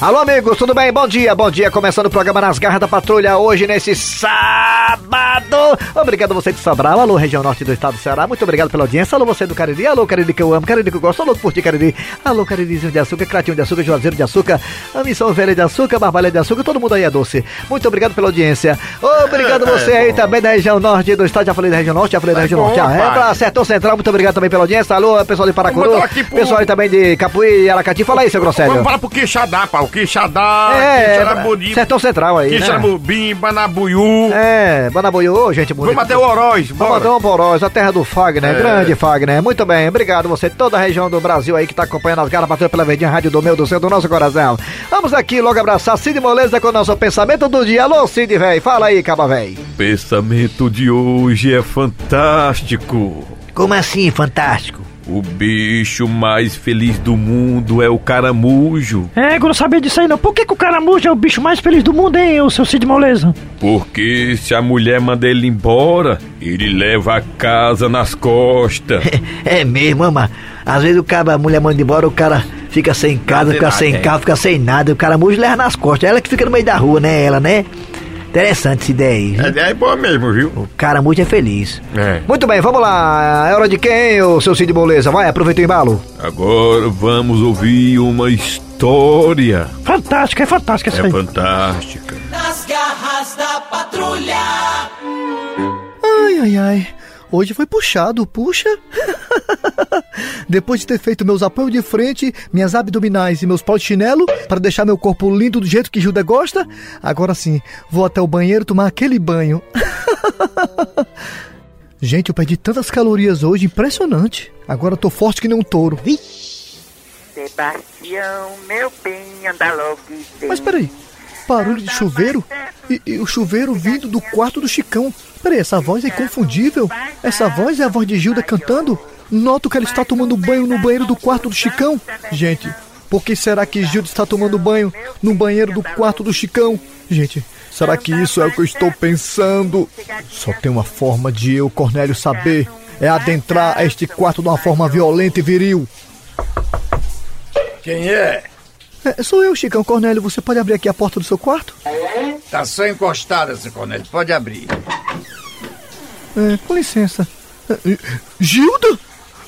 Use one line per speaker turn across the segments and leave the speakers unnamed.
Alô, amigos, tudo bem? Bom dia, bom dia. Começando o programa Nas Garras da Patrulha hoje, nesse sábado. Obrigado você de Sobral, alô, região norte do estado do Ceará. Muito obrigado pela audiência. Alô, você do Cariri, alô, Cariri que eu amo, Cariri que eu gosto, alô, por ti, Cariri. Alô, Caririzinho de Açúcar, Cratinho de Açúcar, Juazeiro de Açúcar, Missão Velha de Açúcar, Barbalha de Açúcar, todo mundo aí é doce. Muito obrigado pela audiência. Obrigado
É,
você aí também da região norte do estado. Já falei da região norte, já falei da região
bom,
norte.
pai.
Ah, é, pra Sertão Central, muito obrigado também pela audiência. Alô, pessoal de Paracuru,
Vamos aqui pro-
pessoal aí também de Capuí e Aracati. Fala aí, seu
Vamos
Grosselho.
falar pro Quixadá, pá. O Quixadá,
É, é,
Quixaraburi,
Sertão Central aí, né?
Quixarabubim, Banabuiú.
É, Banabuiú, ô, gente bonita.
Vamos até o Oroz, bora.
Amadão Boróis, a terra do Fagner,
É.
grande Fagner. Muito bem, obrigado você, toda a região do Brasil aí que tá acompanhando as garras batendo pela verdinha, rádio do meu, do seu, do nosso coração. Vamos aqui logo abraçar Cid Moleza com o nosso pensamento do dia. Alô, Cid, véi, fala aí, caba, véi.
Pensamento de hoje é fantástico.
Como assim, fantástico?
O bicho mais feliz do mundo é o caramujo,
É, eu não sabia disso aí não. Por que, que o caramujo é o bicho mais feliz do mundo, hein, o seu Cid Moleza?
porque se a mulher manda ele embora, ele leva a casa nas costas.
É mesmo, ama. Às vezes o cara, a mulher manda embora, o cara fica sem casa, fica sem carro, fica sem nada. O cara muge leva nas costas. Ela que fica no meio da rua, né? Ela, né? Interessante essa ideia aí.
É, é boa mesmo, viu?
O cara muito é feliz.
É.
Muito bem, vamos lá. É hora de quem, o seu Cid Moleza? Vai, aproveita o embalo.
Agora vamos ouvir uma história.
Fantástico, é fantástico isso
É
aí.
fantástica.
Nas garras da patrulha.
Ai, ai, ai. Hoje foi puxado, puxa. Depois de ter feito meus apoios de frente, minhas abdominais e meus pau de chinelo, para deixar meu corpo lindo do jeito que Gilda gosta, agora sim, vou até o banheiro tomar aquele banho. Gente, eu perdi tantas calorias hoje, impressionante. Agora eu tô forte que nem um touro.
Sebastião, meu bem, anda logo. e vem.
Mas peraí, barulho de chuveiro? E, e o chuveiro vindo do quarto do Chicão. Peraí, essa voz é inconfundível. Essa voz é a voz de Gilda cantando? Noto que ela está tomando banho no banheiro do quarto do Chicão. Gente, por que será que Gilda está tomando banho no banheiro do quarto do Chicão? Gente, será que isso é o que eu estou pensando? Só tem uma forma de eu, Cornélio, saber. É adentrar este quarto de uma forma violenta e viril.
Quem é?
É, sou eu, Chicão Cornélio. Você pode abrir aqui a porta do seu quarto?
Tá só encostada, seu Cornélio. Pode abrir.
É, com licença. É, é, Gilda?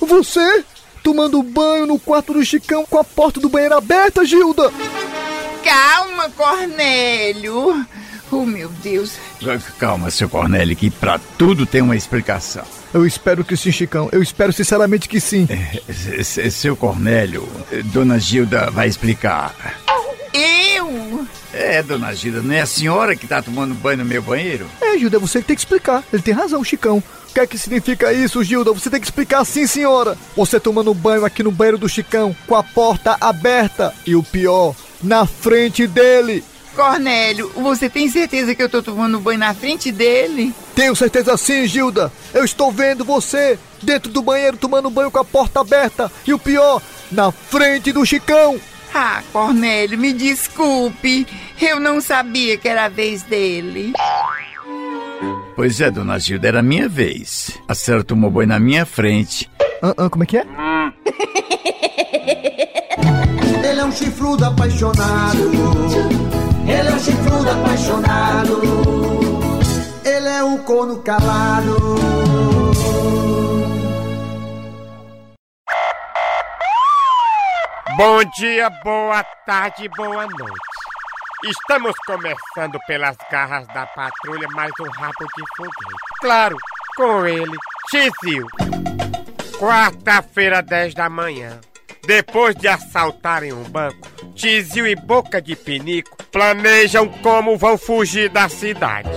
Você? Tomando banho no quarto do Chicão com a porta do banheiro aberta, Gilda?
Calma, Cornélio. Oh, meu Deus.
Calma, seu Cornélio, que pra tudo tem uma explicação.
Eu espero que sim, Chicão. Eu espero sinceramente que sim.
Se- se- Seu Cornélio, dona Gilda vai explicar.
Eu?
É, dona Gilda, não é a senhora que tá tomando banho no meu banheiro?
É, Gilda, é você que tem que explicar. Ele tem razão, Chicão. O que é que significa isso, Gilda? Você tem que explicar sim, senhora. Você tomando banho aqui no banheiro do Chicão com a porta aberta. E o pior, na frente dele.
Cornélio, você tem certeza que eu tô tomando banho na frente dele?
Tenho certeza sim, Gilda. Eu estou vendo você dentro do banheiro tomando banho com a porta aberta e o pior, na frente do Chicão.
Ah, Cornélio, me desculpe. Eu não sabia que era a vez dele.
Pois é, dona Gilda, era a minha vez. A senhora tomou banho na minha frente.
Ah, ah, como é que é?
Ele é um chifrudo apaixonado. Ele é um chifrudo apaixonado. Ele é um corno calado.
Bom dia, boa tarde, boa noite. Estamos começando pelas garras da patrulha mais um rabo de foguete. Claro, com ele, Tizil. Quarta-feira, 10 da manhã. Depois de assaltarem um banco, Tizil e Boca de Pinico planejam como vão fugir da cidade.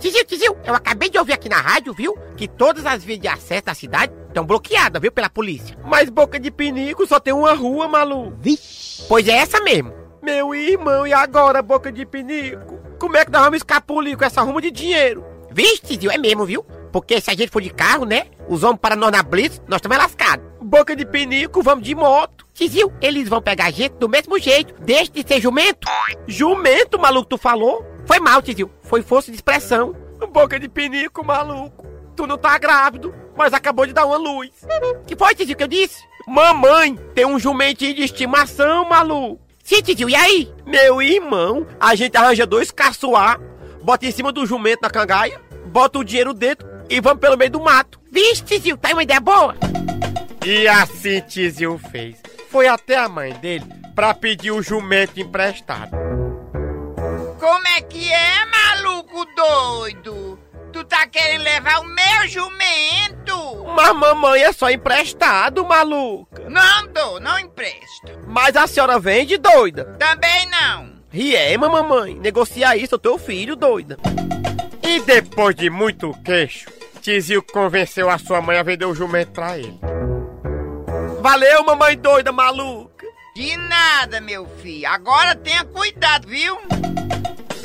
Tizil, Tizil, eu acabei de ouvir aqui na rádio, viu? Que todas as vias de acesso da cidade estão bloqueadas, viu, pela polícia.
Mas Boca de Pinico só tem uma rua, maluco.
Pois é essa mesmo.
Meu irmão, e agora, Boca de Pinico? Como é que nós vamos escapulir com essa ruma de dinheiro?
Vixe, Tizil, é mesmo, viu? Porque se a gente for de carro, né? Os homens para nós na blitz, nós estamos lascados.
Boca de Pinico, vamos de moto.
Tizil, eles vão pegar a gente do mesmo jeito, desde de ser jumento.
Jumento, maluco, tu falou?
Foi mal, Tizil. Foi força de expressão.
Boca Um de Pinico, maluco. Tu não tá grávido, mas acabou de dar uma luz.
Que foi, Tizil, que eu disse?
Mamãe, tem um jumentinho de estimação, maluco.
Sim, titio, e aí?
Meu irmão, a gente arranja dois caçoar, bota em cima do jumento na cangaia, bota o dinheiro dentro e vamos pelo meio do mato.
Vixe, titio, tá aí uma ideia boa.
E assim Tizil fez. Foi até a mãe dele pra pedir o jumento emprestado.
Como é que é, maluco doido? Tu tá querendo levar o meu jumento?
Mas mamãe é só emprestado, maluca.
Não dou, não empresto.
Mas a senhora vende, doida.
Também não.
Riema, mamãe. Negociar isso, eu teu filho, doida. E depois de muito queixo, Tizil convenceu a sua mãe a vender o jumento pra ele. Valeu, mamãe doida, maluca.
De nada, meu filho. Agora tenha cuidado, viu?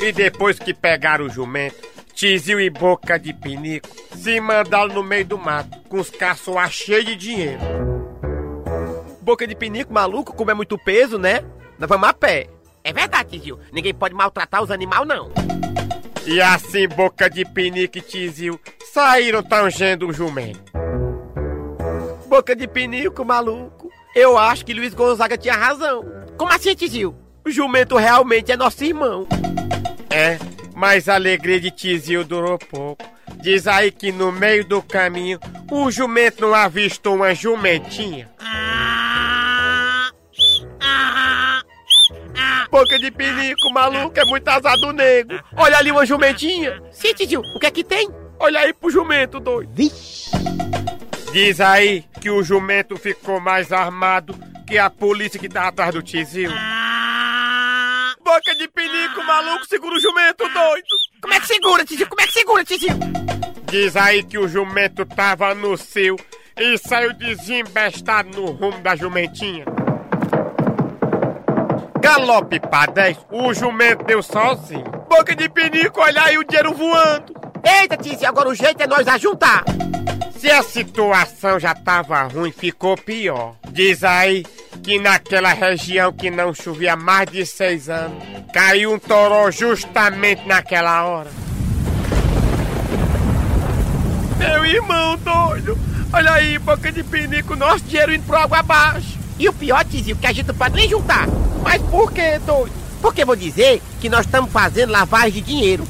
E depois que pegaram o jumento, Tizil e Boca de Pinico se mandaram no meio do mato, com os caçoar cheios de dinheiro. Boca de Pinico, maluco, como é muito peso, né? Nós vamos a pé.
É verdade, titio. Ninguém pode maltratar os animais, não.
E assim Boca de Pinico e Tizil saíram tangendo o jumento. Boca de Pinico, maluco, eu acho que Luiz Gonzaga tinha razão.
Como assim, titio?
O jumento realmente é nosso irmão. É, mas a alegria de Tizil durou pouco. Diz aí que no meio do caminho, o jumento não avistou uma jumentinha. Boca de pinico, maluco, é muito azado negro. Olha ali uma jumentinha.
Sim, titio, o que é que tem?
Olha aí pro jumento, doido. Diz aí que o jumento ficou mais armado que a polícia que tá atrás do Tizil. Boca de pinico, maluco, segura o jumento, doido.
Como é que segura, titio? Como é que segura, titio?
Diz aí que o jumento tava no cio e saiu desembestado no rumo da jumentinha. Galope pra 10, o jumento deu sozinho. Boca de pinico, olha aí o dinheiro voando.
Eita, titio, agora o jeito é nós ajuntar.
Se a situação já tava ruim, ficou pior. Diz aí que naquela região que não chovia há mais de seis anos, caiu um toró justamente naquela hora. Meu irmão doido, olha aí, boca de pinico, nosso dinheiro indo pro água abaixo.
E o pior, titio, que a gente não pode nem juntar.
Mas por que, doido?
Porque vou dizer que nós estamos fazendo lavagem de dinheiro.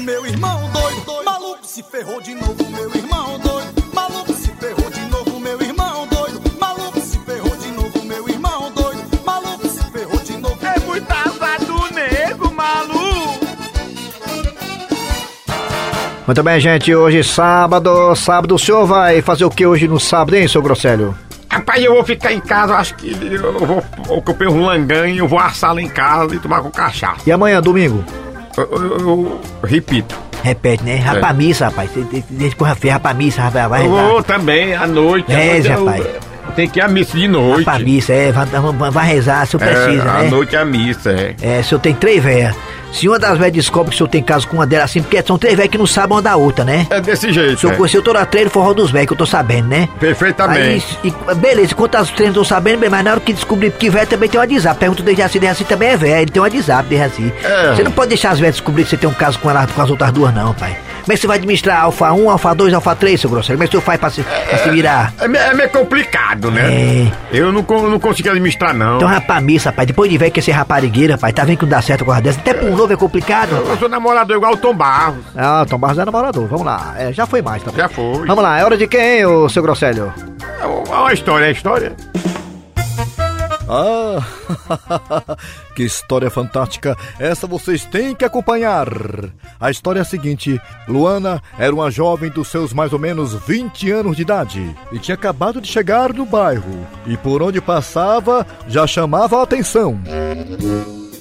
Meu irmão doido, doido, maluco se ferrou de novo. Meu irmão doido, maluco se ferrou de novo. Meu irmão doido, maluco se ferrou de novo. Meu irmão doido, maluco se ferrou de novo.
É muito azado nego, maluco.
Muito bem, gente. Hoje é sábado. Sábado, o senhor vai fazer o que hoje no sábado, hein, seu Grosselho?
Rapaz, eu vou ficar em casa, eu acho que eu vou eu comprei um langan e eu vou assar lá em casa e tomar com cachaça.
E amanhã, domingo?
Eu, eu- eu repito.
Repete, né? Rapaz,
É.
pra missa, rapaz. Tem- tem- tem- Deixa porra feia, pra missa, rapaz. Vai, É,
Eu
rezar.
vou também, à noite. à
Reze,
noite eu- Tem que ir à missa de noite.
Pra missa, é. Vai, vai- vai rezar, se eu
É,
precisa,
à
né?
noite é a missa, é.
É, se eu tenho três velhas. Se uma das velhas descobre que o senhor tem caso com uma delas assim, porque são três velhas que não sabem uma da outra, né?
É desse
O
jeito.
senhor
é.
conheceu toda a três do forró dos velhos, que eu tô sabendo, né? Aí,
Perfeitamente.
e- beleza, enquanto as três não estão sabendo, bem, mas na hora que descobrir, porque velho também tem um WhatsApp. Pergunta do Dejaci, Dejaci também é velho, ele tem um WhatsApp, Dejaci.
É.
Você não pode deixar as velhas descobrir que você tem um caso com, ela, com as outras duas, não, pai. Como é que você vai administrar um, Alfa 1, Alfa 2, Alfa 3, seu grosseiro? Como é que o senhor faz pra se, pra se virar?
É, me- é meio complicado, né? Eu não, con- não consigo administrar, não.
É. Então, rapaz, missa, pai. Depois de velho que esse raparigueira, pai, tá vendo que não dá certo com a dessa? Até pro novo é complicado, rapaz.
Eu sou namorador igual o Tom Barros.
Ah, Tom Barros é namorador. Vamos lá. É, já foi mais também.
Já foi.
Vamos lá. É hora de quem, ô seu Grosselho?
É uma história, é história.
Ah, que história fantástica! Essa vocês têm que acompanhar! A história é a seguinte: Luana era uma jovem dos seus mais ou menos 20 anos de idade e tinha acabado de chegar no bairro. E por onde passava já chamava a atenção.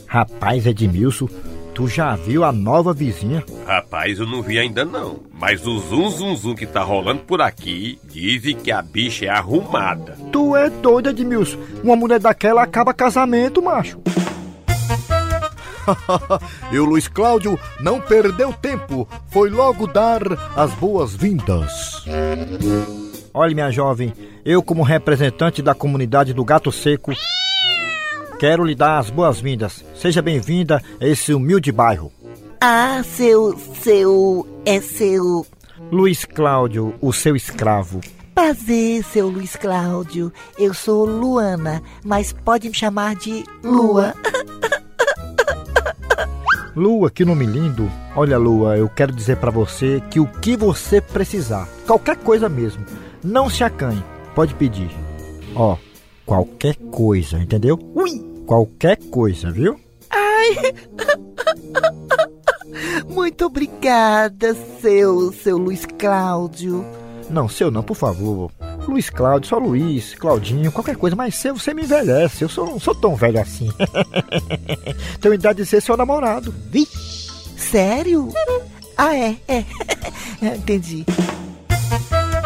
Rapaz, Edmilson, tu já viu a nova vizinha?
Rapaz, eu não vi ainda não. Mas o zum zum zum que tá rolando por aqui dizem que a bicha é arrumada.
Tu é doido, Edmilson. Uma mulher daquela acaba casamento, macho. e o Luiz Cláudio não perdeu tempo. Foi logo dar as boas-vindas.
Olha, minha jovem, eu, como representante da comunidade do Gato Seco, quero lhe dar as boas-vindas. Seja bem-vinda a esse humilde bairro.
Ah, seu. seu. é seu.
Luiz Cláudio, o seu escravo,
Prazer, seu Luiz Cláudio. Eu sou Luana, mas pode me chamar de Lua.
Lua, que nome lindo. Olha, Lua, eu quero dizer pra você que o que você precisar, qualquer coisa mesmo, não se acanhe. Pode pedir. Ó, qualquer coisa, entendeu? Ui! Qualquer coisa, viu?
Ai! Muito obrigada, seu, seu Luiz Cláudio.
Não, seu não, por favor. Luiz Cláudio, só Luiz, Claudinho, qualquer coisa, mas seu você me envelhece. Eu sou, não sou tão velho assim. Tenho idade de ser seu namorado.
Vixe! Sério? Ah, é, é. Entendi.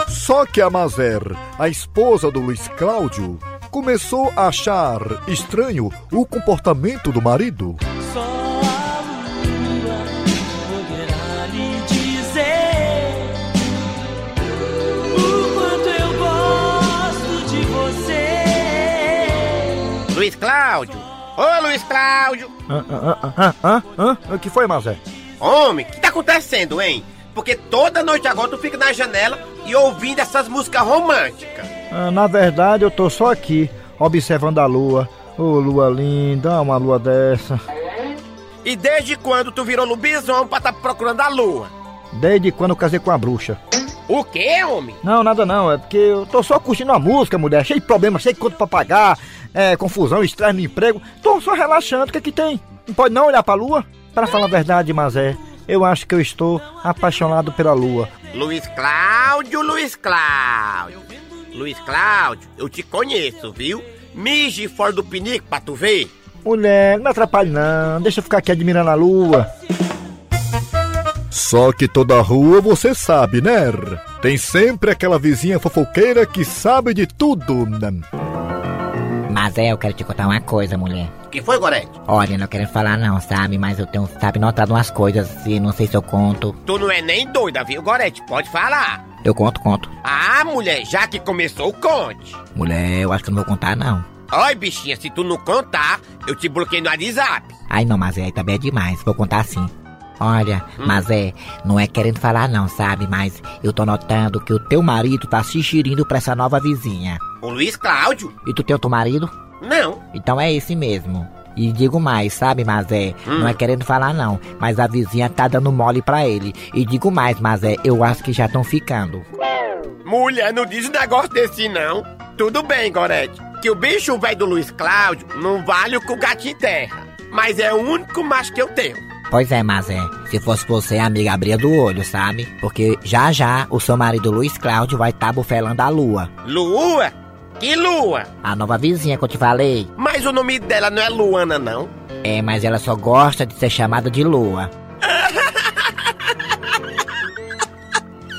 Só que a Mazer, a esposa do Luiz Cláudio, começou a achar estranho o comportamento do marido.
Só a lua poderá lhe dizer o quanto eu gosto de você.
Luiz Cláudio! Ô, Luiz Cláudio!
Hã, hã, hã, hã, hã, hã? O que foi, Mazé?
Homem, o que tá acontecendo, hein? Porque toda noite agora tu fica na janela e ouvindo essas músicas românticas.
Ah, na verdade, eu tô só aqui, observando a lua. Ô, lua linda, uma lua dessa.
E desde quando tu virou lobisomem pra tá procurando a lua?
Desde quando eu casei com a bruxa.
O quê, homem?
Não, nada não, é porque eu tô só curtindo a música, mulher. Cheio de problema, cheio de conta pra pagar, é, confusão, estresse no emprego. Tô só relaxando, o que é que tem? Não pode não olhar pra lua? Para falar a verdade, Mazé, eu acho que eu estou apaixonado pela lua.
Luiz Cláudio, Luiz Cláudio. Luiz Cláudio, eu te conheço, viu? Mije fora do pinico pra tu ver.
Mulher, não me atrapalhe não, deixa eu ficar aqui admirando a lua.
Só que toda rua você sabe, né? Tem sempre aquela vizinha fofoqueira que sabe de tudo.
Mas é, eu quero te contar uma coisa, mulher.
O que foi, Gorete?
Olha, não quero falar não, sabe? Mas eu tenho, sabe, notado umas coisas e não sei se eu conto.
Tu não é nem doida, viu, Gorete? Pode falar.
Eu conto, conto.
Ah, mulher, já que começou, conte.
Mulher, eu acho que eu não vou contar não.
Oi, bichinha, se tu não contar, eu te bloqueio no WhatsApp.
Ai não, mas é, aí também é demais, vou contar sim. Olha,
Hum.
mas é, não é querendo falar não, sabe? Mas eu tô notando que o teu marido tá se xirindo pra essa nova vizinha.
O Luiz Cláudio?
E tu tem outro marido?
Não.
Então é esse mesmo. E digo mais, sabe, Mazé?
Hum.
Não é querendo falar não, mas a vizinha tá dando mole pra ele. E digo mais, Mazé, eu acho que já estão ficando.
Mulher, não diz um negócio desse não. Tudo bem, Gorete, que o bicho velho do Luiz Cláudio não vale o que o gato enterra. Mas é o único macho que eu tenho.
Pois é, Mazé, se fosse você, amiga, abria do olho, sabe? Porque já já o seu marido Luiz Cláudio vai tá bufelando a lua.
Lua? Que lua?
A nova vizinha que eu te falei.
Mas o nome dela não é Luana, não.
É, mas ela só gosta de ser chamada de lua.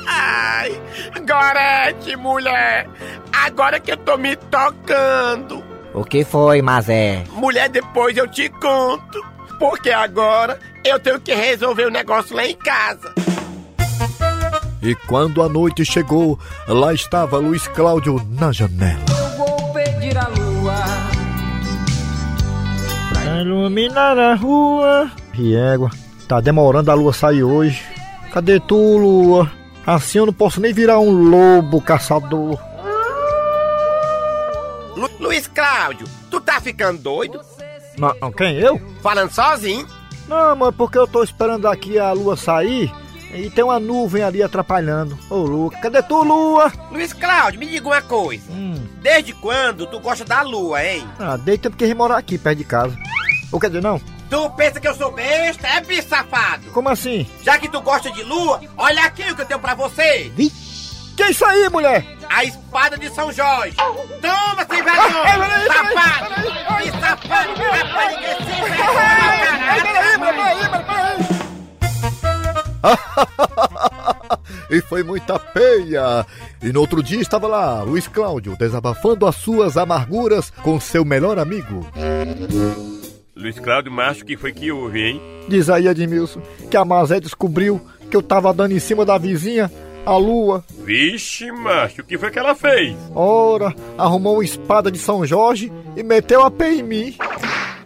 Ai, Gorete, mulher, agora que eu tô me tocando.
O que foi, Mazé?
Mulher, depois eu te conto. Porque agora eu tenho que resolver o negócio lá em casa.
E quando a noite chegou, lá estava Luiz Cláudio na janela.
Eu vou pedir a lua.
Pra iluminar a rua. Riégua, tá demorando a lua sair hoje. Cadê tu, lua? Assim eu não posso nem virar um lobo caçador.
Lu- Luiz Cláudio, tu tá ficando doido?
Não, não, quem? Eu?
Falando sozinho?
Não, mas porque eu tô esperando aqui a lua sair e tem uma nuvem ali atrapalhando. Ô, lua, cadê tu, lua?
Luiz Cláudio, me diga uma coisa. Desde quando tu gosta da lua, hein?
Ah, dei tempo que remorar aqui, perto de casa. Ou quer dizer, não?
Tu pensa que eu sou besta, é bicho safado?
Como assim?
Já que tu gosta de lua, olha aqui o que eu tenho pra você.
Que é isso aí, mulher?
A espada de São Jorge. Toma, sem vergonha! Safado! E safado! Rapariga, sem vergonha!
e foi muita peia. E no outro dia estava lá Luiz Cláudio desabafando as suas amarguras com seu melhor amigo.
Luiz Cláudio Macho, que foi que houve, hein?
Diz aí, Edmilson, que a Mazé descobriu que eu tava dando em cima da vizinha a lua.
Vixe, macho, o que foi que ela fez?
Ora, arrumou uma espada de São Jorge e meteu a pé em mim.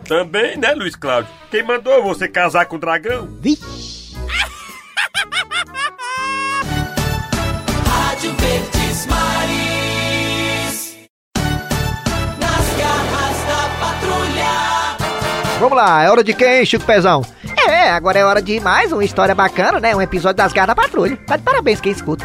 Também, né, Luiz Cláudio? Quem mandou você casar com o dragão?
Rádio Verdes Maria.
vamos lá. É hora de quem, Chico Pezão?
É, agora é hora de mais uma história bacana, né? Um episódio das Garras da Patrulha. Tá de parabéns quem escuta.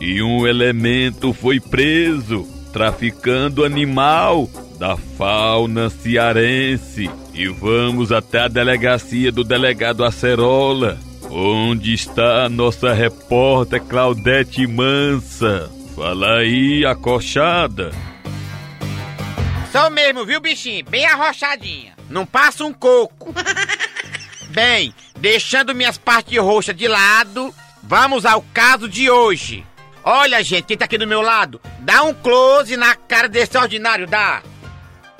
E um elemento foi preso traficando animal da fauna cearense. E vamos até a delegacia do delegado Acerola, onde está a nossa repórter Claudete Mansa. Fala aí, acochada.
Sou mesmo, viu, bichinho? Bem arrochadinha. Não passa um coco. Bem, deixando minhas partes roxas de lado, vamos ao caso de hoje. Olha, gente, quem tá aqui do meu lado, dá um close na cara desse ordinário, dá.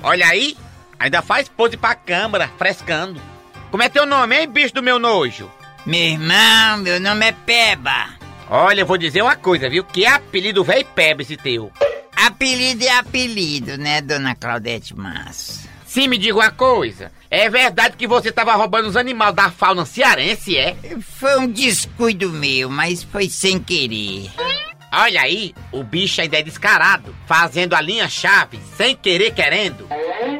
Olha aí, ainda faz pose pra câmera, frescando. Como é teu nome, hein, bicho do meu nojo?
Meu irmão, meu nome é Peba.
Olha, eu vou dizer uma coisa, viu? Que é apelido velho Peba esse teu.
Apelido é apelido, né, dona Claudete Massa?
Sim, me diga uma coisa. É verdade que você tava roubando os animais da fauna cearense, é?
Foi um descuido meu, mas foi sem querer.
Olha aí, o bicho ainda é descarado, fazendo a linha-chave, sem querer querendo.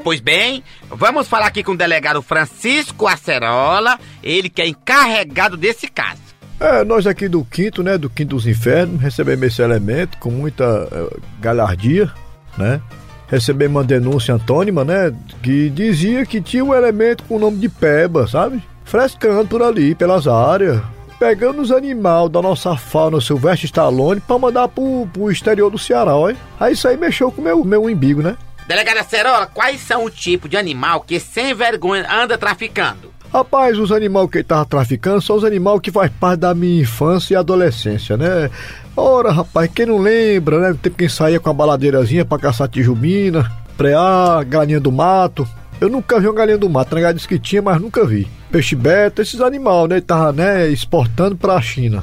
Pois bem, vamos falar aqui com o delegado Francisco Acerola, ele que é encarregado desse caso.
É, nós aqui do Quinto, né, do Quinto dos Infernos, recebemos esse elemento com muita eh, galardia, né? Recebemos uma denúncia antônima, né, que dizia que tinha um elemento com o nome de Peba, sabe? Frescando por ali, pelas áreas, pegando os animais da nossa fauna Silvestre Stallone pra mandar pro, pro exterior do Ceará, ó. Aí isso aí mexeu com o meu, meu umbigo, né?
Delegado Acerola, quais são o tipo de animal que sem vergonha anda traficando?
Rapaz, os animais que ele tava traficando são os animais que faz parte da minha infância e adolescência, né? Ora, rapaz, quem não lembra, né? O tempo que a gente saía com a baladeirazinha pra caçar tijubina, preá, galinha do mato. Eu nunca vi uma galinha do mato, né? Disse que tinha, mas nunca vi. Peixe beta, esses animais, né? Ele tava, né, exportando pra China.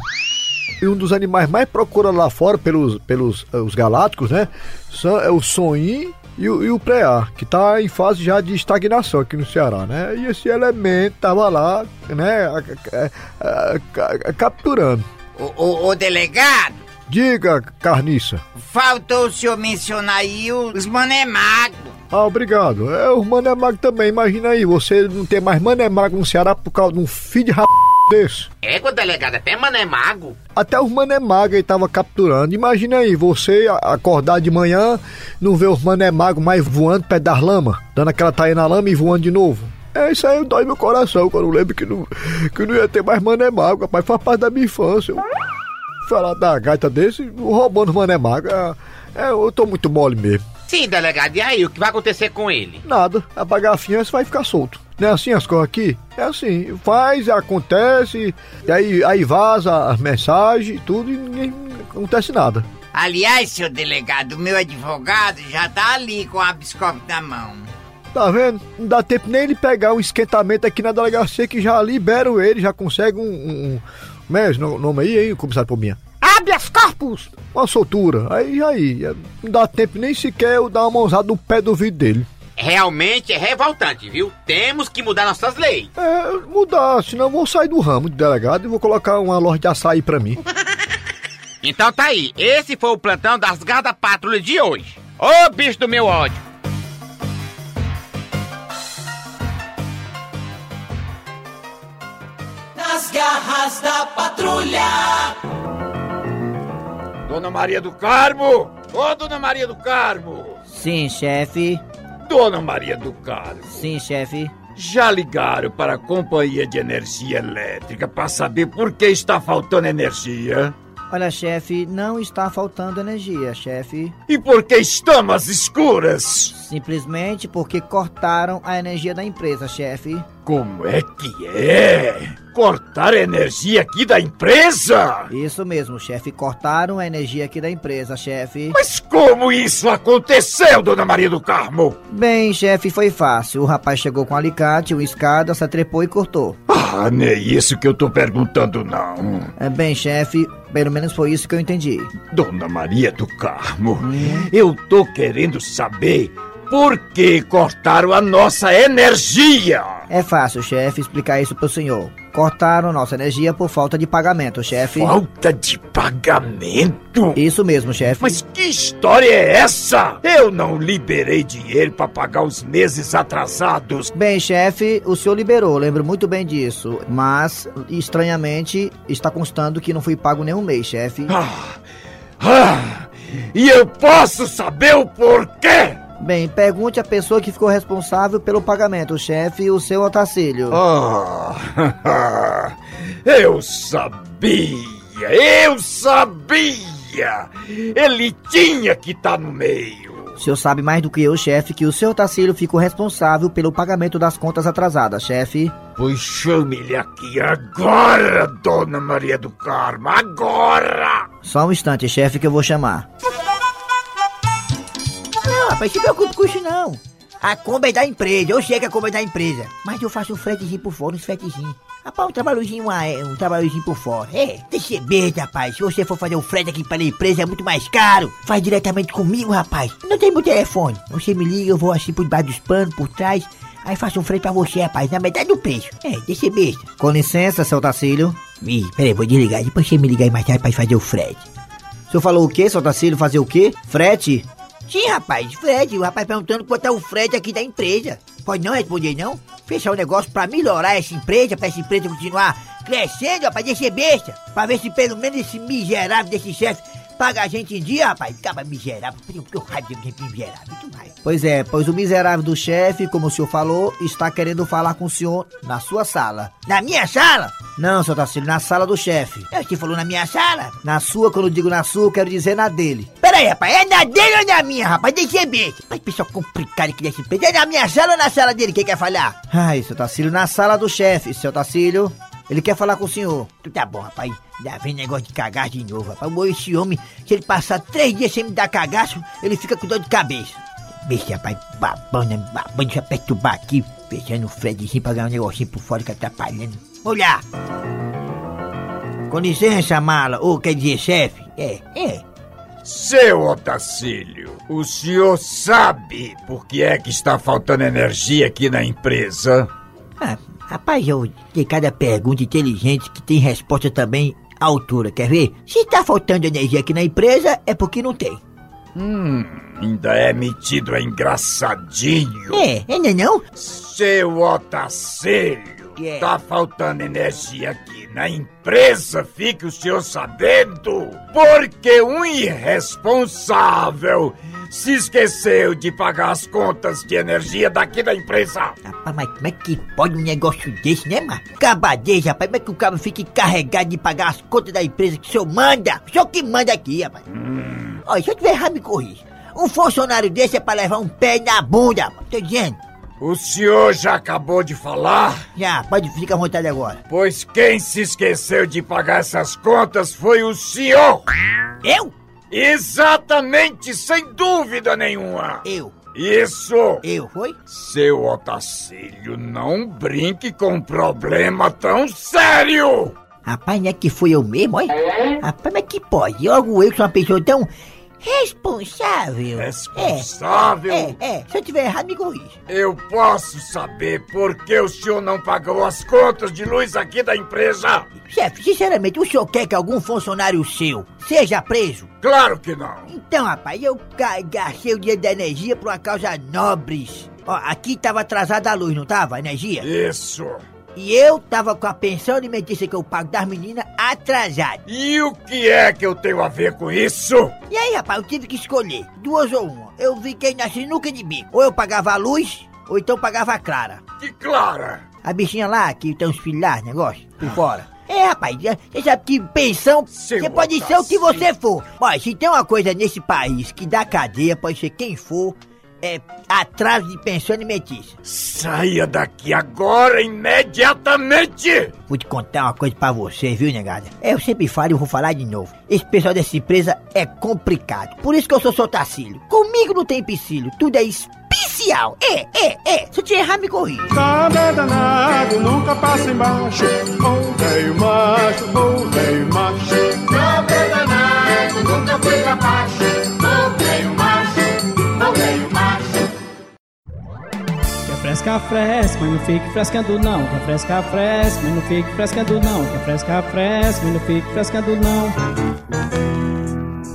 E um dos animais mais procurados lá fora pelos, pelos eh, os galácticos, né? São, é o sonhim e o, e o preá, que tá em fase já de estagnação aqui no Ceará, né? E esse elemento tava lá, né, a- a- a- a- a- capturando.
Ô, ô, ô, delegado,
Diga, carniça.
faltou o senhor mencionar aí os mané magro.
Ah, obrigado. É, os Mané Magro também, imagina aí, você não ter mais Mané Magro no Ceará por causa de um filho de rap desse.
Égua, delegado, até mané mago.
Até os Mané Magro ele tava capturando. Imagina aí, você a- acordar de manhã, não ver os Mané Magro mais voando perto das lama, dando aquela taia na lama e voando de novo. É, isso aí dói meu coração, quando eu lembro que não, que não ia ter mais Mané Magro, rapaz, faz parte da minha infância. Eu- Falar da gaita desse, roubando os Mané Magro, é, é, eu tô muito mole mesmo.
Sim, delegado, e aí, o que vai acontecer com ele?
Nada. Apagar a fiança vai ficar solto. Não é assim as coisas aqui? É assim. Faz, acontece, e aí, aí vaza as mensagens, tudo, e ninguém acontece nada.
Aliás, senhor delegado, o meu advogado já tá ali com a biscope na mão.
Tá vendo? Não dá tempo nem ele pegar um esquentamento aqui na delegacia que já liberam ele, já consegue um. um, um como é esse no- nome aí, hein, comissário Pombinha?
Habeas corpus!
Uma soltura. Aí, aí. é, Não dá tempo nem sequer eu dar uma mãozada no pé do vidro dele.
Realmente é revoltante, viu? Temos que mudar nossas leis.
É, mudar, senão eu vou sair do ramo de delegado e vou colocar uma loja de açaí pra mim.
Então tá aí, esse foi o plantão das Garda Patrulha de hoje. Ô bicho do meu ódio!
Nas garras da patrulha.
Dona Maria do Carmo! Ô, Dona Maria do Carmo!
Sim, chefe.
Dona Maria do Carmo!
Sim, chefe.
Já ligaram para a Companhia de Energia Elétrica para saber por que está faltando energia?
Olha, chefe, não está faltando energia, chefe.
E por que estamos às escuras?
Simplesmente porque cortaram a energia da empresa, chefe.
Como é que é? Cortar a energia aqui da empresa?
Isso mesmo, chefe. Cortaram a energia aqui da empresa, chefe.
Mas como isso aconteceu, Dona Maria do Carmo?
Bem, chefe, foi fácil. O rapaz chegou com um alicate, uma escada, se atrepou e cortou.
Ah, não é isso que eu tô perguntando, não.
É, Bem, chefe, pelo menos foi isso que eu entendi.
Dona Maria do Carmo, eu tô querendo saber
Por que cortaram a nossa energia?
É fácil, chefe, explicar isso pro senhor. Cortaram nossa energia por falta de pagamento, chefe.
Falta de pagamento?
Isso mesmo, chefe.
Mas que história é essa? Eu não liberei dinheiro pra pagar os meses atrasados.
Bem, chefe, o senhor liberou, lembro muito bem disso. Mas, estranhamente, está constando que não fui pago nenhum mês, chefe.
Ah, ah, e eu posso saber o porquê?
Bem, pergunte à pessoa que ficou responsável pelo pagamento, o chefe, o seu Otacílio.
Ah, eu sabia, eu sabia! Ele tinha que estar no meio.
O senhor sabe mais do que eu, chefe, que o seu Otacílio ficou responsável pelo pagamento das contas atrasadas, chefe.
Pois chame ele aqui agora, Dona Maria do Carmo, agora!
Só um instante, chefe, que eu vou chamar.
Não, é rapaz, se preocupe com isso não. A Kombi é da empresa, eu sei que a Kombi é da empresa. Mas eu faço um fretezinho por fora, uns fretezinhos. Rapaz, um trabalhozinho, ah, é, um trabalhozinho por fora. É, deixa eu ver, rapaz. Se você for fazer um frete aqui pela empresa, é muito mais caro. Faz diretamente comigo, rapaz. Não tem meu telefone. Você me liga, eu vou assim por debaixo dos panos, por trás. Aí faço um frete pra você, rapaz, na metade do preço. É, deixa eu ver.
Com licença, seu Tacílio.
Ih, peraí, vou desligar. Depois você me ligar aí mais tarde pra fazer o frete.
O senhor falou o quê, seu Tacílio? Fazer o quê? Frete?
Sim, rapaz, Fred, o rapaz perguntando quanto é o Fred aqui da empresa. Pode não responder, não? Fechar o um negócio pra melhorar essa empresa, pra essa empresa continuar crescendo, rapaz, deixa besta. Pra ver se pelo menos esse miserável desse chefe paga a gente em dia, rapaz. Acaba miserável, porque eu raiva de gente miserável, que raiva.
Pois é, pois o miserável do chefe, como o senhor falou, está querendo falar com o senhor na sua sala.
Na minha sala?
Não, seu Tarcílio, na sala do chefe.
É, Você falou na minha sala?
Na sua, quando eu digo na sua, eu quero dizer na dele.
Pera aí, rapaz, é na dele ou na minha, rapaz? Deixa eu ver. Mas pessoal complicado que desse empresa. É na minha sala ou na sala dele? Quem quer falar?
Ai, seu Tarcílio, na sala do chefe, seu Tarcílio. Ele quer falar com o senhor.
Tu tá bom, rapaz. Já vem negócio de cagar de novo, rapaz. Esse homem, se ele passar três dias sem me dar cagaço, ele fica com dor de cabeça. Bicho, rapaz, babando, babando, deixa eu perturbar aqui. Fechando o Fredzinho pra ganhar um negocinho por fora que atrapalhando. Olha! Com licença, mala. Ou quer dizer, chefe? É, é.
Seu Otacílio, o senhor sabe por que é que está faltando energia aqui na empresa?
Ah, Rapaz, eu tem cada pergunta inteligente que tem resposta também à altura, quer ver? Se tá faltando energia aqui na empresa, é porque não tem.
Hum, ainda é metido é engraçadinho.
É, ainda não?
Seu Otacílio, é. tá faltando energia aqui na empresa, fique o senhor sabendo. Porque um irresponsável se esqueceu de pagar as contas de energia daqui da empresa.
Rapaz, mas como é que pode um negócio desse, né, mano? Cabadeja, rapaz, como é que o cabo fica encarregado de pagar as contas da empresa que o senhor manda? O senhor que manda aqui, rapaz. Hum. Olha, se eu tiver errado, me corrija. Um funcionário desse é pra levar um pé na bunda, rapaz. tô dizendo.
O senhor já acabou de falar?
Já, pode ficar à vontade agora.
Pois quem se esqueceu de pagar essas contas foi o senhor!
Eu?
Exatamente, sem dúvida nenhuma.
Eu.
Isso!
Eu, foi?
Seu Otacílio, não brinque com um problema tão sério!
Rapaz, não é que fui eu mesmo, olha? Rapaz, mas que pode? Logo eu sou uma pessoa tão responsável.
Responsável?
É, é, é. Se eu tiver errado, me corrija.
Eu posso saber por que o senhor não pagou as contas de luz aqui da empresa?
Chefe, sinceramente, o senhor quer que algum funcionário seu seja preso?
Claro que não.
Então, rapaz, eu gastei o dia da energia por uma causa nobres. Ó, aqui tava atrasada a luz, não tava? A energia?
Isso.
E eu tava com a pensão alimentícia que eu pago das meninas atrasada.
E o que é que eu tenho a ver com isso?
E aí, rapaz, eu tive que escolher duas ou uma. Eu fiquei na sinuca de bico. Ou eu pagava a luz, ou então pagava a Clara.
Que Clara?
A bichinha lá, que tem os filhos lá, negócio, por fora. É, rapaz, você sabe que pensão,
Seu
você pode ser o que você for. Mas se tem uma coisa nesse país que dá cadeia, pode ser quem for, é, atraso de pensão alimentícia.
Saia daqui agora, imediatamente!
Vou te contar uma coisa pra você, viu, negada? É, eu sempre falo e vou falar de novo. Esse pessoal dessa empresa é complicado. Por isso que eu sou seu Tacílio. Comigo não tem empecilho, tudo é especial. É, é, é. Se eu te errar, me corrija.
Nada danado, Tá nunca passa embaixo. Bom velho macho, bom velho macho. Tá
Nada danado, nunca foi pra baixo. Bom velho macho, bom velho macho.
é fresca, fresca, mas não fique frescando não. Que é fresca, fresca, mas não fique frescando não. Que é fresca, fresca, mas não fique frescando não.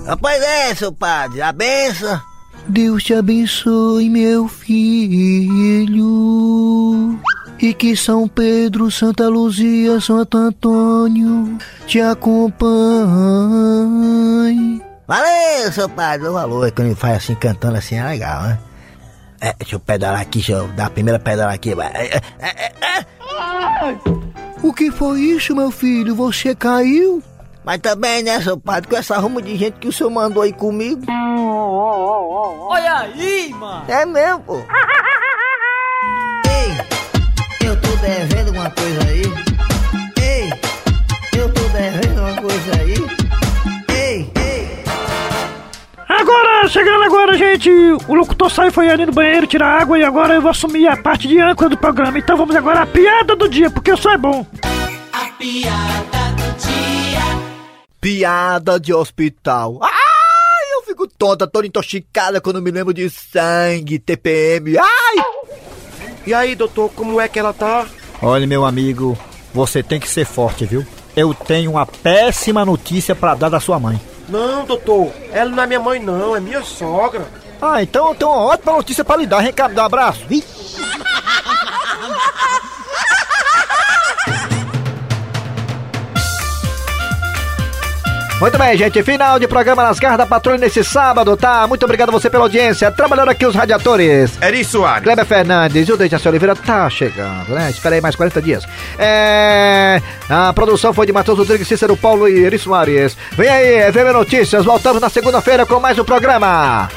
Ah, Pois é, seu padre, a benção.
Deus te abençoe, meu filho. E que São Pedro, Santa Luzia, Santo Antônio te acompanhe.
Valeu, seu padre, o valor. Quando ele faz assim, cantando assim, é legal, né? É, deixa eu pedalar aqui, deixa eu dar a primeira pedalada aqui. vai. É, é,
O que foi isso, meu filho? Você caiu?
Mas também, né, seu padre, com essa arruma de gente que o senhor mandou aí comigo.
Olha aí, mano.
É mesmo, pô. Ei, eu tô devendo uma coisa aí. Ei, eu tô devendo É, uma coisa aí. Ei, ei.
Agora, chegando agora, gente, o locutor saiu, foi ali no banheiro tirar água e agora eu vou assumir a parte de âncora do programa. Então vamos agora à piada do dia, porque eu sou é bom.
A piada do dia.
Piada de hospital. Ai, eu fico tonta, toda intoxicada quando me lembro de sangue, TPM. Ai!
E aí, doutor, como é que ela tá?
Olha, meu amigo, você tem que ser forte, viu? Eu tenho uma péssima notícia pra dar da sua mãe.
Não, doutor, ela não é minha mãe, não, é minha sogra.
Ah, então eu tenho uma ótima notícia pra lhe dar. Vem cá, me dá um abraço. Ih!
Muito bem, gente. Final de programa nas garras da patrulha nesse sábado, tá? Muito obrigado a você pela audiência. Trabalhando aqui os radiadores.
Eri Soares.
Kleber Fernandes e o Dejaci Oliveira tá chegando, né? Espera aí mais 40 dias. É... A produção foi de Matheus Rodrigues, Cícero é Paulo e Eri Soares. Vem aí, FM Notícias. Voltamos na segunda-feira com mais um programa.